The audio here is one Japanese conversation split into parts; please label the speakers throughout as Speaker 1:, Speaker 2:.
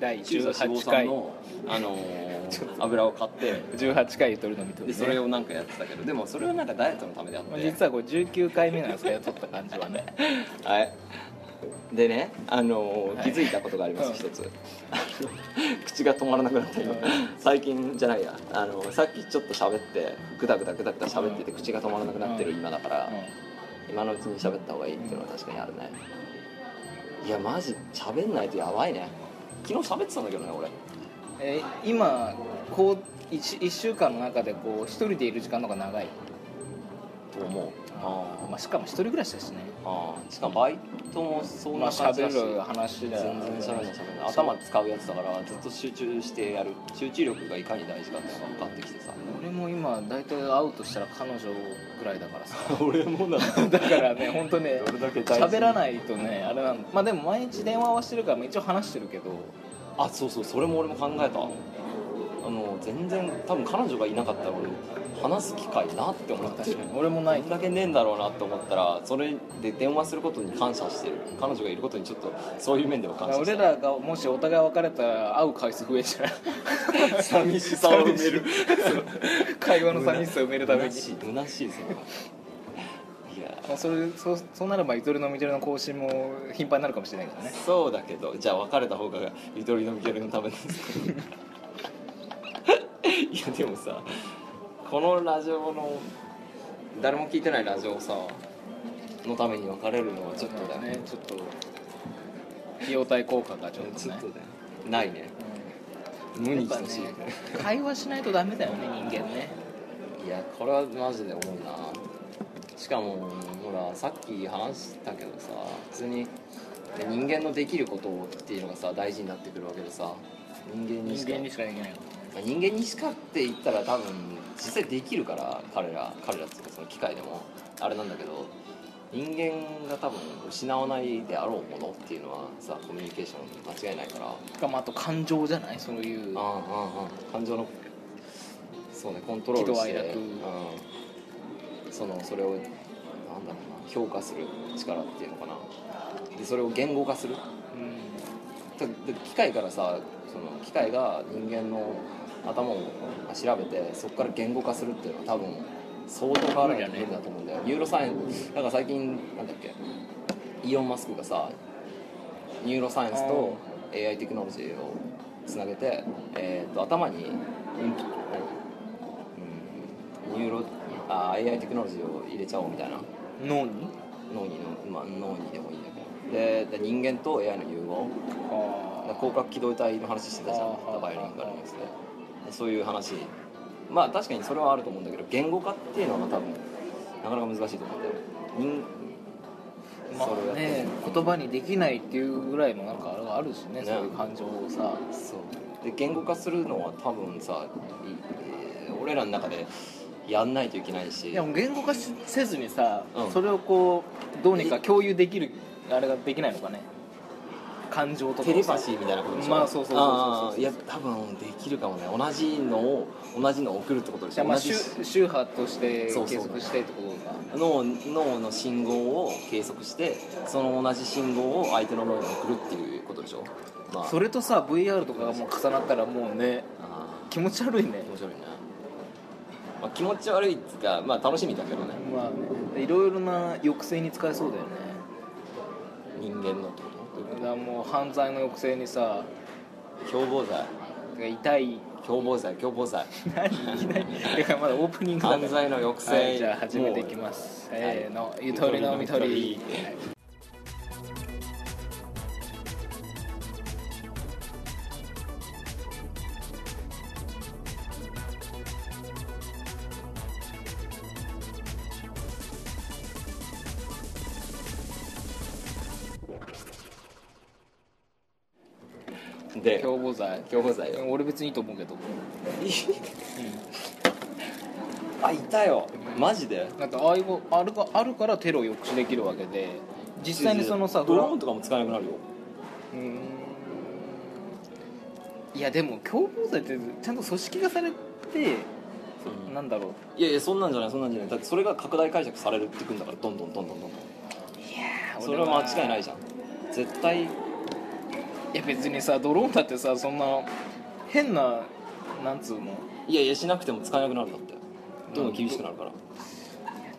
Speaker 1: 第
Speaker 2: 中華脂肪
Speaker 1: 18
Speaker 2: 酸
Speaker 1: 回
Speaker 2: の、あのー油を買って
Speaker 1: 18回ゆとりのみとり、
Speaker 2: で
Speaker 1: ね、
Speaker 2: それをなんかやってたけどでもそれはなんかダイエットのためであっ
Speaker 1: まあ
Speaker 2: て
Speaker 1: 実はこれ19回目なんですか雇った感じはね
Speaker 2: はいでね、あのー
Speaker 1: はい
Speaker 2: 気づいたことがあります
Speaker 1: うん
Speaker 2: 一、つ あの口が止まらなくなった今
Speaker 1: うん
Speaker 2: 最近じゃないや、あのーさっきちょっと喋ってグダグダグダグダ喋ってて口が止まらなくなってる
Speaker 1: うん
Speaker 2: 今だから、今のうちに喋った方がいいっていうのは確かにあるねいやマジ喋んないとやばいね昨日喋ってたんだけどね俺
Speaker 1: えー今こう 1, 週間の中でこう一人でいる時間の方が長い
Speaker 2: と思う
Speaker 1: ま
Speaker 2: あ
Speaker 1: あ、しかも一人暮らしだしね
Speaker 2: あーしかもバイトもそん
Speaker 1: ま
Speaker 2: な
Speaker 1: あ
Speaker 2: 感じだし、
Speaker 1: 喋る話
Speaker 2: 全
Speaker 1: だ
Speaker 2: 然喋らない喋らない頭使うやつだからずっと集中してやる集中力がいかに大事かっていうのが分かってきてさ
Speaker 1: 俺も今大体会うとしたら彼女ぐらいだか らさ
Speaker 2: 俺もな
Speaker 1: だからね本当ね
Speaker 2: 俺だけ大事
Speaker 1: 喋らないとねあれなんまあでも毎日電話はしてるからまあ一応話してるけど
Speaker 2: あそうそうそれも俺も考えたあの全然多分彼女がいなかったら俺話す機会なって思
Speaker 1: まあ
Speaker 2: って
Speaker 1: 確かに 俺もな
Speaker 2: ど
Speaker 1: い
Speaker 2: んだけねえんだろうなって思ったらそれで電話することに感謝してる彼女がいることにちょっとそういう面では
Speaker 1: だ
Speaker 2: 感
Speaker 1: から
Speaker 2: 謝して
Speaker 1: 俺
Speaker 2: る
Speaker 1: らがもしお互い別れたら会う回数増えちゃ う
Speaker 2: 寂しさを埋める
Speaker 1: 会話の寂しさを埋めるために
Speaker 2: 虚しい虚しいそれはいや
Speaker 1: まあ、それそうそうなればゆとりのみとりの更新も頻繁になるかもしれないけどね
Speaker 2: そうだけどじゃあ別れた方がゆとりのみけるのためです いやでもさこのラジオの誰も聞いてないラジオさのために別れるのはちょっとだよね
Speaker 1: ちょっと費用対効果がちょっと
Speaker 2: ちょ
Speaker 1: ね
Speaker 2: っとだよないね無
Speaker 1: うん
Speaker 2: に
Speaker 1: やっぱ
Speaker 2: 等しい、
Speaker 1: ね会話しないとダメだよね人間ね
Speaker 2: いやこれはマジで思うなしかもほらさっき話したけどさ普通に人間のできることっていうのがさ大事になってくるわけでさ人間にし
Speaker 1: 人
Speaker 2: か
Speaker 1: 間にしかできないこと
Speaker 2: まあ人間にしかって言ったら多分実際できるから彼ら彼らっていうかその機械でもあれなんだけど人間が多分失わないであろうものっていうのはさコミュニケーション間違いないから
Speaker 1: しかもあと感情じゃないそういう
Speaker 2: ああああああ感情のそうねコントロールして
Speaker 1: 喜怒哀楽
Speaker 2: うん、そのそれをなんだろうな評価する力っていうのかなでそれを言語化する
Speaker 1: うん
Speaker 2: だだ機械からさその機械が人間の頭を調べてそこから言語化するっていうのは多分相当変わらないと無理だと思うんだよニューロサイエンスなんか最近なんだっけイーロン・マスクがさニューロサイエンスと AI テクノロジーをつなげて、えー、と頭にインプ何うんニューロあ AI テクノロジーを入れちゃおうみたいな
Speaker 1: 脳に
Speaker 2: 脳にの、まあ、脳にでもいいんだけどでで人間と AI の融合だから
Speaker 1: あ
Speaker 2: 広角機動隊の話してたじゃん
Speaker 1: あー
Speaker 2: バイオリンからニュースでそういう話まあ確かにそれはあると思うんだけど言語化っていうのは多分なかなか難しいと思うんだよ人
Speaker 1: ま
Speaker 2: それをや
Speaker 1: あ
Speaker 2: ってる
Speaker 1: ね言葉にできないっていうぐらいのなんかあれがあるしね
Speaker 2: ね
Speaker 1: そういう感情をさ
Speaker 2: そうで言語化するのは多分さ、いえー俺らの中でやんないといけないし
Speaker 1: でも言語化しせずにさ、
Speaker 2: うん
Speaker 1: それをこうどうにか共有できるあれができないのかね感情とかをさ
Speaker 2: テレパシーみたいなことでしょ
Speaker 1: まあそうそうそうそう
Speaker 2: あーいや多分できるかもね同じのを同じのを送るってことでし
Speaker 1: じゃ
Speaker 2: ょ
Speaker 1: あまあ
Speaker 2: 同
Speaker 1: 宗
Speaker 2: じ
Speaker 1: 宗派として
Speaker 2: そうそ
Speaker 1: 継
Speaker 2: う
Speaker 1: 続してってことか
Speaker 2: 脳脳の信号を計測してその同じ信号を相手の脳に送るっていうことでしょまあ
Speaker 1: それとさ VR とかがもう重なったらもうね
Speaker 2: あ
Speaker 1: 気持ち悪いね
Speaker 2: ー面白いね、まあ、気持ち悪いっつうかまあ楽しみだけどね
Speaker 1: まあねいろいろな抑制に使えそうだよね
Speaker 2: 人間のってことどういう
Speaker 1: だ
Speaker 2: こ
Speaker 1: からもう犯罪の抑制にさ
Speaker 2: と共謀罪
Speaker 1: 痛い
Speaker 2: 共謀罪共謀 罪
Speaker 1: 何いきなりてかまだオープニングだ
Speaker 2: 犯
Speaker 1: ね
Speaker 2: 罪の抑制、
Speaker 1: はいじゃあ始めていきますせーのゆとりのみとり
Speaker 2: すで
Speaker 1: 共謀罪
Speaker 2: 共謀罪よ
Speaker 1: 俺別にいいと思うけど、
Speaker 2: あいたよマジで
Speaker 1: なんかああいうこあるかあるからテロを抑止できるわけで実際にそのさ
Speaker 2: ド
Speaker 1: フラ
Speaker 2: ローンとかも使えなくなるよ
Speaker 1: うーんいやでも共謀罪ってちゃんと組織化されて、なんだろう
Speaker 2: いやいやそんなんじゃないそんなんじゃないだってそれが拡大解釈されるってくんだからどんどんどんどんどんどんそれは間違いないじゃん絶対
Speaker 1: いや別にさドローンだってさそんな変ななんつうの
Speaker 2: いやいやしなくても使えなくなるんだってどんどん厳しくなるから、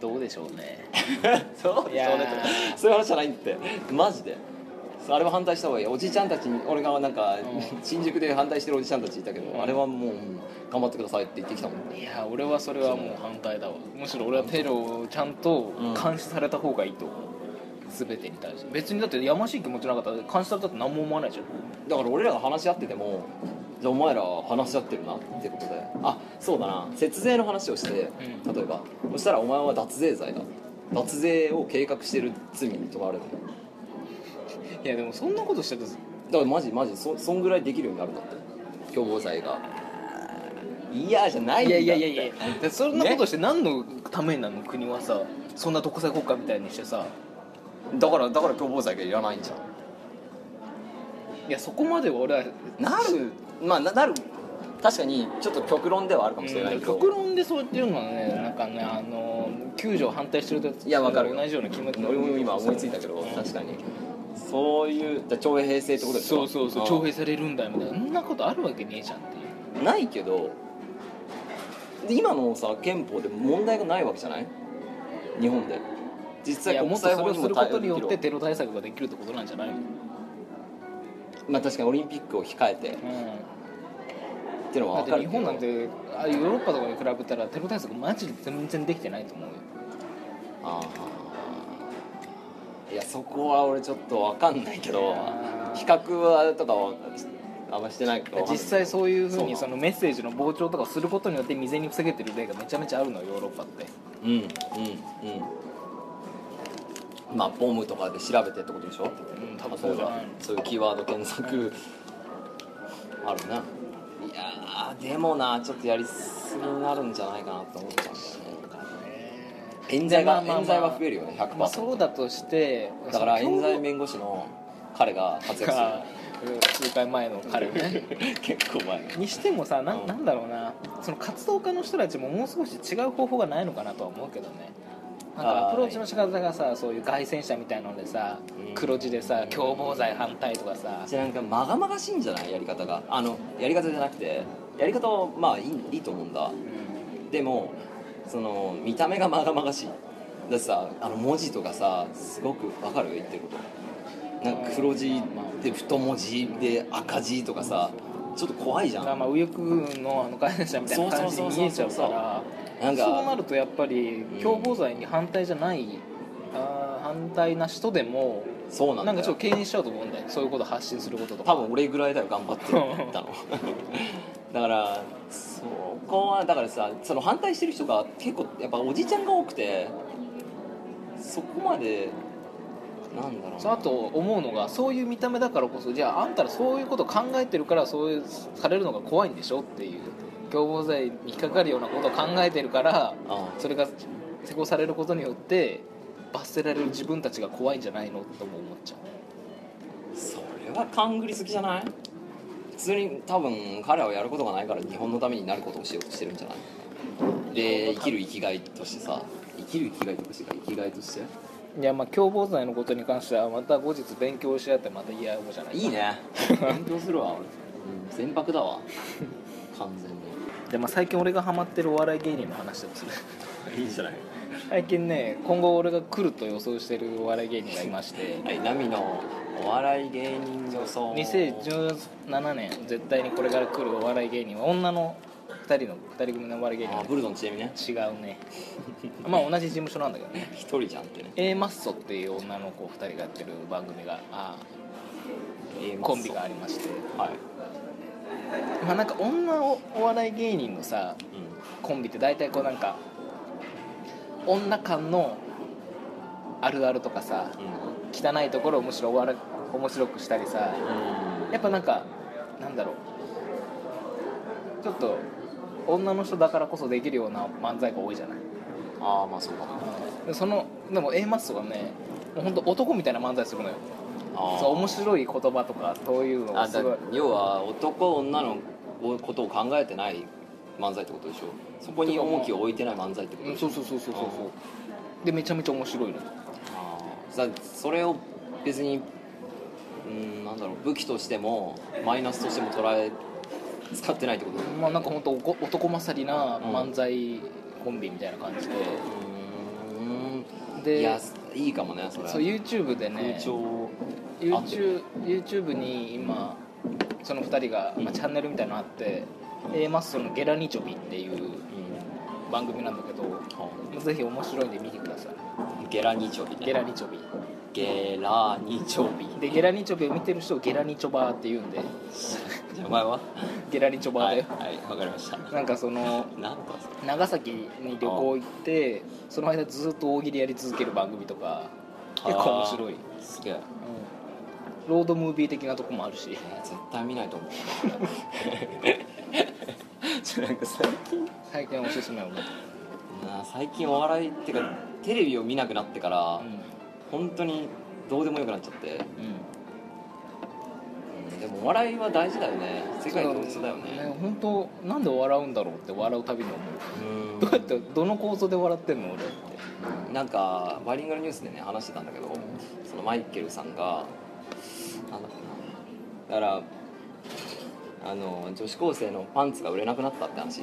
Speaker 1: どうでしょうね
Speaker 2: そうでしょうねとか
Speaker 1: いやー
Speaker 2: そういう話じゃないってマジでそうあれは反対した方がいいおじちゃんたちに俺がなんか、
Speaker 1: う
Speaker 2: 新宿で反対してるおじちゃんたちいたけど、
Speaker 1: うん
Speaker 2: あれはもう頑張ってくださいって言ってきたもん
Speaker 1: いや俺はそれはもう反対だわむしろ俺はテロをちゃんと監視された方がいいと思う、全てに対して別にだってやましい気持ちなかったら監視されたって何も思わないじゃん
Speaker 2: だから俺らが話し合っててもじゃあお前ら話し合ってるなってことであそうだな節税の話をして、
Speaker 1: う
Speaker 2: 例えばそしたらお前は脱税罪だ脱税を計画してる罪に問われるのよ
Speaker 1: いやでもそんなことしてたら
Speaker 2: だからマジマジそそんぐらいできるようになるんだって共謀罪がいやじゃないん
Speaker 1: い
Speaker 2: だ
Speaker 1: や
Speaker 2: って
Speaker 1: いやいやいやでそんなことして何のためになるの国はさそんな独裁国家みたいにしてさ
Speaker 2: だからだから共謀罪がいらないんじゃん
Speaker 1: いやそこまでは俺は
Speaker 2: なるまあななる確かにちょっと極論ではあるかもしれないけど、
Speaker 1: 極論でそう言ってるのはねなんかねあの救助反対してると
Speaker 2: いやわかるよ
Speaker 1: 同じような気持ち
Speaker 2: 俺も今思いついたけど確かにそういうじゃあ徴兵平成ってことでし
Speaker 1: そ
Speaker 2: ょ
Speaker 1: うそうそう
Speaker 2: あー
Speaker 1: 徴兵されるんだみたいなそんなことあるわけねえじゃんっていう
Speaker 2: ないけどで今のさ憲法で問題がないわけじゃない日本で実
Speaker 1: い
Speaker 2: 際
Speaker 1: やも
Speaker 2: 国
Speaker 1: っと
Speaker 2: 際
Speaker 1: そ
Speaker 2: 法
Speaker 1: れを
Speaker 2: に
Speaker 1: す
Speaker 2: も
Speaker 1: るこ
Speaker 2: 対応
Speaker 1: とに
Speaker 2: でき
Speaker 1: よ
Speaker 2: る
Speaker 1: ってテロ対策ができるってことなんじゃないの、
Speaker 2: まあ確かにオリンピックを控えてっていうの
Speaker 1: だ
Speaker 2: は
Speaker 1: っ
Speaker 2: 分か
Speaker 1: て
Speaker 2: るけど
Speaker 1: 日本なんてああいうヨーロッパとかに比べたらテロ対策マジで全然できてないと思うよ
Speaker 2: ああいやそこは俺ちょっと分かんないけど比較はとかはあんましてないから
Speaker 1: 実際そういうふうに
Speaker 2: そ
Speaker 1: そうのメッセージの膨張とかをすることによって未然に防げてる例がめちゃめちゃあるのよヨーロッパって
Speaker 2: うんうんうんまあボムとかで調べてってことでしょ
Speaker 1: うん多
Speaker 2: 例
Speaker 1: 分そう
Speaker 2: え
Speaker 1: じゃ
Speaker 2: ば
Speaker 1: ない
Speaker 2: そういうキーワード検索あるないやーでもなちょっとやりすぎになるんじゃないかなと思っちゃうんだよね冤罪が、冤罪は増えるよね100%、
Speaker 1: まあそうだとして
Speaker 2: だから
Speaker 1: その
Speaker 2: 冤罪弁護士の彼が活躍す
Speaker 1: か数回前の彼 ね
Speaker 2: る結構前
Speaker 1: にしてもさな
Speaker 2: うんん
Speaker 1: なんだろうなその活動家の人たちももう少し違う方法がないのかなとは思うけどねなん
Speaker 2: あー
Speaker 1: かアプローチの仕方がさそういう外戦車みたいのでさ
Speaker 2: うん
Speaker 1: 黒字でさ共謀罪反対とかさ
Speaker 2: じゃあなんかまがまがしいんじゃないやり方があのやり方じゃなくてやり方はまあいいいいと思うんだでもその見た目がまがまがしいだってさあの文字とかさすごくわかる言ってることなんか黒字で太文字で赤字とかさちょっと怖いじゃん
Speaker 1: まあまあ右翼のあの外戦車みたいな感じに見えちゃう
Speaker 2: そうそうそうそう
Speaker 1: から
Speaker 2: なんか
Speaker 1: そうなるとやっぱり
Speaker 2: ん
Speaker 1: 共謀罪に反対じゃない、あー反対な人でも
Speaker 2: そうなんだよ
Speaker 1: なんかちょっと敬遠しちゃうと思うんだよそういうこと発信することとか
Speaker 2: 多分俺ぐらいだよ頑張って たのだからそこはだからさその反対してる人が結構やっぱおじちゃんが多くてそこまでなんだろう
Speaker 1: そうあと思うのがそういう見た目だからこそじゃああんたらそういうこと考えてるからそういうされるのが怖いんでしょっていう共謀罪に引っかかるようなことを考えてるから
Speaker 2: あ
Speaker 1: それが施行されることによって罰せられる自分たちが怖いんじゃないのとも思っちゃう
Speaker 2: それは勘ぐりすぎじゃない普通に多分彼らはやることがないから日本のためになることをしようとしてるんじゃないで生きる生きがいとしてさ生きる生きがいとかしてか生きがいとして
Speaker 1: いやまあ共謀罪のことに関してはまた後日勉強し合ってまた言い合おうじゃない
Speaker 2: いいね 勉強するわ俺うん全泊だわ完全に
Speaker 1: で、まあ、最近俺がハマってるお笑い芸人の話でもする
Speaker 2: いいじゃない
Speaker 1: 最近ね今後俺が来ると予想してるお笑い芸人がいまして
Speaker 2: はい、ナミのお笑い芸人予想
Speaker 1: 2017年絶対にこれから来るお笑い芸人は女の2人の2人組のお笑い芸
Speaker 2: あブルドンちなみにね
Speaker 1: 人は 違うねまあ同じ事務所なんだけどね
Speaker 2: 一人じゃんってね
Speaker 1: A マッソっていう女の子2人がやってる番組があコンビがありまして
Speaker 2: はい、
Speaker 1: まあなんか女おお笑い芸人のさ
Speaker 2: う
Speaker 1: コンビって大体こうなんか女間のあるあるとかさ
Speaker 2: んうん
Speaker 1: 汚いところをむしろお笑い面白くしたりさやっぱなんかなんだろうちょっと女の人だからこそできるような漫才が多いじゃない
Speaker 2: ああまあそうか
Speaker 1: でそのでも A マッソがねもう本当男みたいな漫才するのよ
Speaker 2: あ
Speaker 1: そう面
Speaker 2: 面
Speaker 1: 白い言葉とかそういうの
Speaker 2: あ
Speaker 1: がす
Speaker 2: だ
Speaker 1: ごい
Speaker 2: 要は男女のことを考えてない漫才ってことでしょそこに重きを置いてない漫才ってこと
Speaker 1: うん
Speaker 2: でしょ
Speaker 1: そうそうそうそうそうそうでめちゃめちゃ面白いの
Speaker 2: あーさそれを別にうんなんだろう武器としてもマイナスとしても捉え使ってないってことだよね
Speaker 1: まあなんか本当男勝りな漫才コンビみたいな感じで、
Speaker 2: うーん
Speaker 1: で
Speaker 2: いやいいかもねそれ
Speaker 1: そう YouTube で
Speaker 2: 空
Speaker 1: ね
Speaker 2: 調
Speaker 1: YouTube, YouTube に今その2人が、まあ、チャンネルみたいなのあって、A マッソの「ゲラニチョビ」っていう
Speaker 2: うん
Speaker 1: 番組なんだけどぜひ面白いんで見てくださ
Speaker 2: ゲラニチョビ
Speaker 1: い
Speaker 2: ね
Speaker 1: ゲラニチョビ
Speaker 2: ゲラニチ ョビ
Speaker 1: でゲラニチョビを見てる人をゲラニチョバーって言うんで
Speaker 2: じゃあお前は
Speaker 1: ゲラニチョバー
Speaker 2: は
Speaker 1: だ
Speaker 2: い
Speaker 1: よ、
Speaker 2: はいわかりましたなん
Speaker 1: なんかその
Speaker 2: だそれ
Speaker 1: 長崎に旅行行ってその間ずっと大喜利やり続ける番組とか結構面白い、うん
Speaker 2: あーすげえ
Speaker 1: ロードムービー的なとこもあるし
Speaker 2: えー絶対見ないと思うちょ なんか最近
Speaker 1: 最近おすすめはもう、
Speaker 2: なあ最近お笑いってかテレビを見なくなってから、
Speaker 1: う
Speaker 2: 本当にどうでもよくなっちゃって、
Speaker 1: んうん、
Speaker 2: うんでもお笑いは大事だよね世界共通だよね
Speaker 1: 本当なんで笑うんだろうって笑うたびに思
Speaker 2: うん
Speaker 1: うどうやってどの構造で笑ってんの俺って
Speaker 2: なんかバイリンガルニュースでね話してたんだけどそのマイケルさんがなんだっけなだからあの女子高生のパンツが売れなくなったって話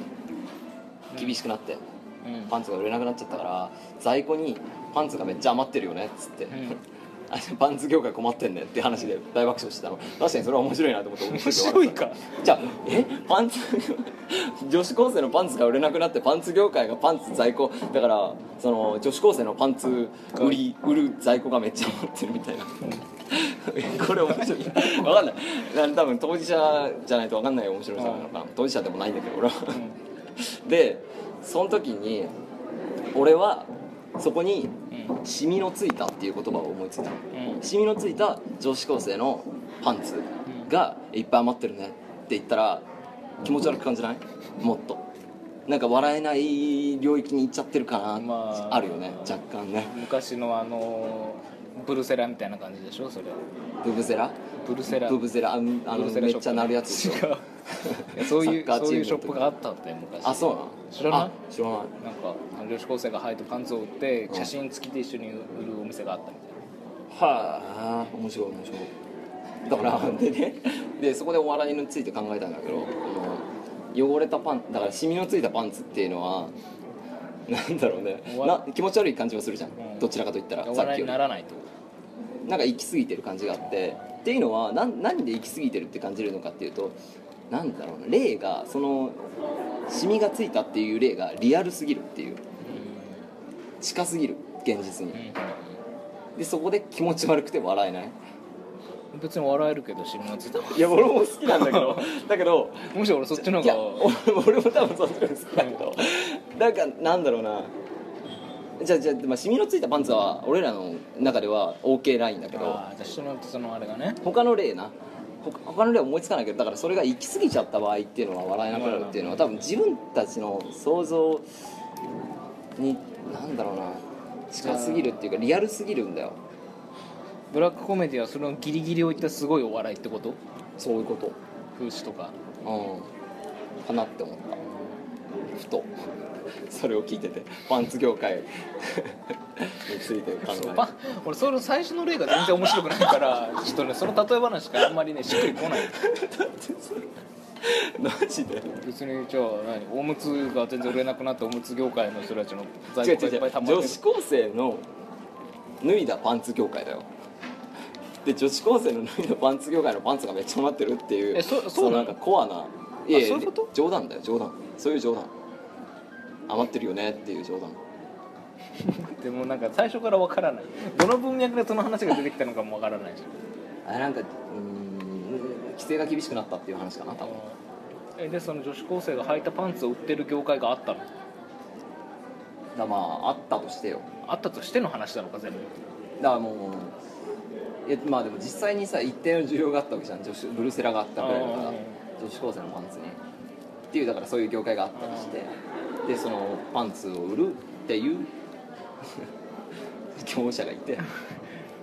Speaker 2: 厳しくなって、
Speaker 1: うん
Speaker 2: パンツが売れなくなっちゃったから在庫にパンツがめっちゃ余ってるよねっつって、
Speaker 1: ん
Speaker 2: あパンツ業界困ってんねって話で大爆笑してたの確かにそれは面白いなと思って面
Speaker 1: 面白いか
Speaker 2: じゃあえパンツ女子高生のパンツが売れなくなってパンツ業界がパンツ在庫だからその女子高生のパンツ売り、売る在庫がめっちゃ余ってるみたいなこれ面白い分かんないなん多分当事者じゃないと分かんない面白さなのかな当事者でもないんだけど俺はでその時に俺はそこに「シミのついた」っていう言葉を思いついたの
Speaker 1: うん
Speaker 2: シミのついた女子高生のパンツがいっぱい余ってるねって言ったら気持ち悪く感じないもっとなんか笑えない領域に行っちゃってるかな、
Speaker 1: ま
Speaker 2: あ、
Speaker 1: あ
Speaker 2: るよね若干ね
Speaker 1: 昔のあのブルセラみたいな感じでしょそれ
Speaker 2: ブブゼラ
Speaker 1: ブルセラ
Speaker 2: ブブゼラあんあ
Speaker 1: ブ
Speaker 2: の
Speaker 1: ルセラ
Speaker 2: めっ
Speaker 1: ショップ
Speaker 2: ちゃなるやつでし
Speaker 1: 違
Speaker 2: ょ
Speaker 1: ういやそういう
Speaker 2: サッカーチーム
Speaker 1: そういうショップがあったって昔
Speaker 2: あそうな
Speaker 1: 知らない
Speaker 2: あ知らない
Speaker 1: なんか女子高生が履いてパンツを売って
Speaker 2: うん
Speaker 1: 写真付きで一緒に売るお店があったみたいな
Speaker 2: はあ面白い面白いだからでねでそこでお笑いについて考えたんだけどこの汚れたパンだからシミのついたパンツっていうのはなんだろうね
Speaker 1: お笑
Speaker 2: な気持ち悪い感じもするじゃん、
Speaker 1: うん
Speaker 2: どちらかといったら
Speaker 1: お
Speaker 2: さっ
Speaker 1: 笑
Speaker 2: き
Speaker 1: い
Speaker 2: より
Speaker 1: にならないってこ
Speaker 2: なんか行き過ぎてる感じがあってっていうのはなん何で行き過ぎてるって感じるのかっていうとなんだろうな例がそのシミがついたっていう例がリアルすぎるっていう
Speaker 1: と
Speaker 2: 近すぎる現実に
Speaker 1: う
Speaker 2: でそこで気持ち悪くて笑えない
Speaker 1: ん別に笑えるけど指紋がついた
Speaker 2: いや俺も好きなんだけどだけど
Speaker 1: むしろ俺そっちの
Speaker 2: いや
Speaker 1: 方が
Speaker 2: 俺も 俺も多分そっちの方が好きだけどなんかなんだろうなじゃあじゃあ、まあ、シミのついたパンツは俺らの中では OK ラインだけど
Speaker 1: ああじゃあ人によってそのあれがね
Speaker 2: 他の例なほか他の例思いつかないけどだからそれが行き過ぎちゃった場合っていうのは笑えなくなるっていうのは多分自分たちの想像になんだろうな近すぎるっていうかリアルすぎるんだよ
Speaker 1: ブラックコメディはそのギリギリをいったすごいお笑いってこと
Speaker 2: そういうこと
Speaker 1: 風刺とか
Speaker 2: うんかなって思ったふと それを聞いててパンツ業界について考え
Speaker 1: パ俺その最初の例が全然面白くないからちょっとねその例え話があんまりねしっくりこない
Speaker 2: マジで
Speaker 1: 別にじゃあ何おむつが全然売れなくなっておむつ業界の人たちの
Speaker 2: 違う
Speaker 1: 在庫
Speaker 2: 違
Speaker 1: が
Speaker 2: う
Speaker 1: いっぱい溜まって
Speaker 2: 女子高生の脱いだパンツ業界だよで女子高生の脱いだパンツ業界のパンツがめっちゃ余ってるっていう
Speaker 1: えそ
Speaker 2: の
Speaker 1: そうな
Speaker 2: な
Speaker 1: の
Speaker 2: んかコアないやいや
Speaker 1: そういうこと
Speaker 2: 冗談だよ冗談そういう冗談余ってるよねっていう冗談
Speaker 1: でもなんか最初からわからないどの文脈でその話が出てきたのかもわからないし
Speaker 2: あなんかうーん規制が厳しくなったっていう話かな多分
Speaker 1: えでその女子高生が履いたパンツを売ってる業界があったの
Speaker 2: だまああったとしてよ
Speaker 1: あったとしての話なのか全部
Speaker 2: だからもういやまあでも実際にさ一定の需要があったわけじゃん女子ブルセラがあったくらいだから
Speaker 1: うん
Speaker 2: 女子高生のパンツにっていうだからそういう業界があったりしてでそのパンツを売るっていう業者がいて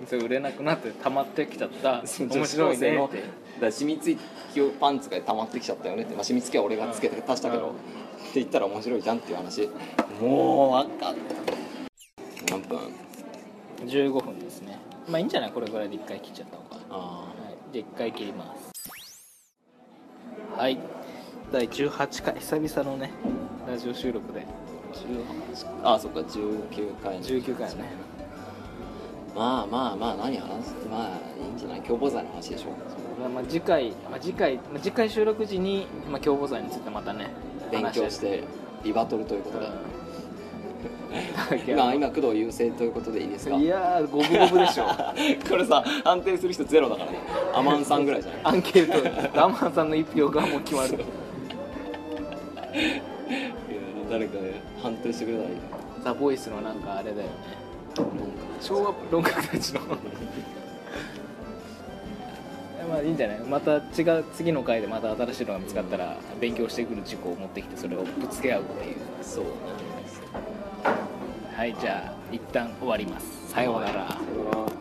Speaker 1: それ売れなくなって溜まってきちゃ った
Speaker 2: その
Speaker 1: 面白いね
Speaker 2: の
Speaker 1: っ
Speaker 2: だ
Speaker 1: て
Speaker 2: から染みつきをパンツが溜まってきちゃったよねって、まあ、染みつきは俺がつけて足したけど、
Speaker 1: うん
Speaker 2: って言ったら面白いじゃんっていう話もう分かった何分
Speaker 1: 15分ですねまあいいんじゃないこれぐらいで1回切っちゃった方が
Speaker 2: あ
Speaker 1: はいじゃあ1回切りますはい第18回久々のねラジオ収録で
Speaker 2: 18あそっか19回の
Speaker 1: 19回のね
Speaker 2: まあまあまあ何話すまあいいんじゃない共謀罪の話でしょ
Speaker 1: まあまあ次回、まあ、次回、まあ、次回収録時に、まあ、共謀罪についてまたね
Speaker 2: 勉強し
Speaker 1: 話
Speaker 2: てリバトルということで
Speaker 1: をして
Speaker 2: 今今工藤優勢ということでいいですか
Speaker 1: いやー五分五分でしょ
Speaker 2: これさ判定する人ゼロだからねアマンさんぐらいじゃない
Speaker 1: アンケートラマンさんの一票がもう決まる
Speaker 2: いや誰かね判定してくれたらいいな
Speaker 1: ザ・ボイスのなんかあれだよね昭和論客たちの まあいいんじゃないまた違う次の回でまた新しいのが見つかったら勉強してくる事項を持ってきてそれをぶつけ合うっていう
Speaker 2: そうね
Speaker 1: はいじゃあ一旦終わりますさようなら
Speaker 2: さよなら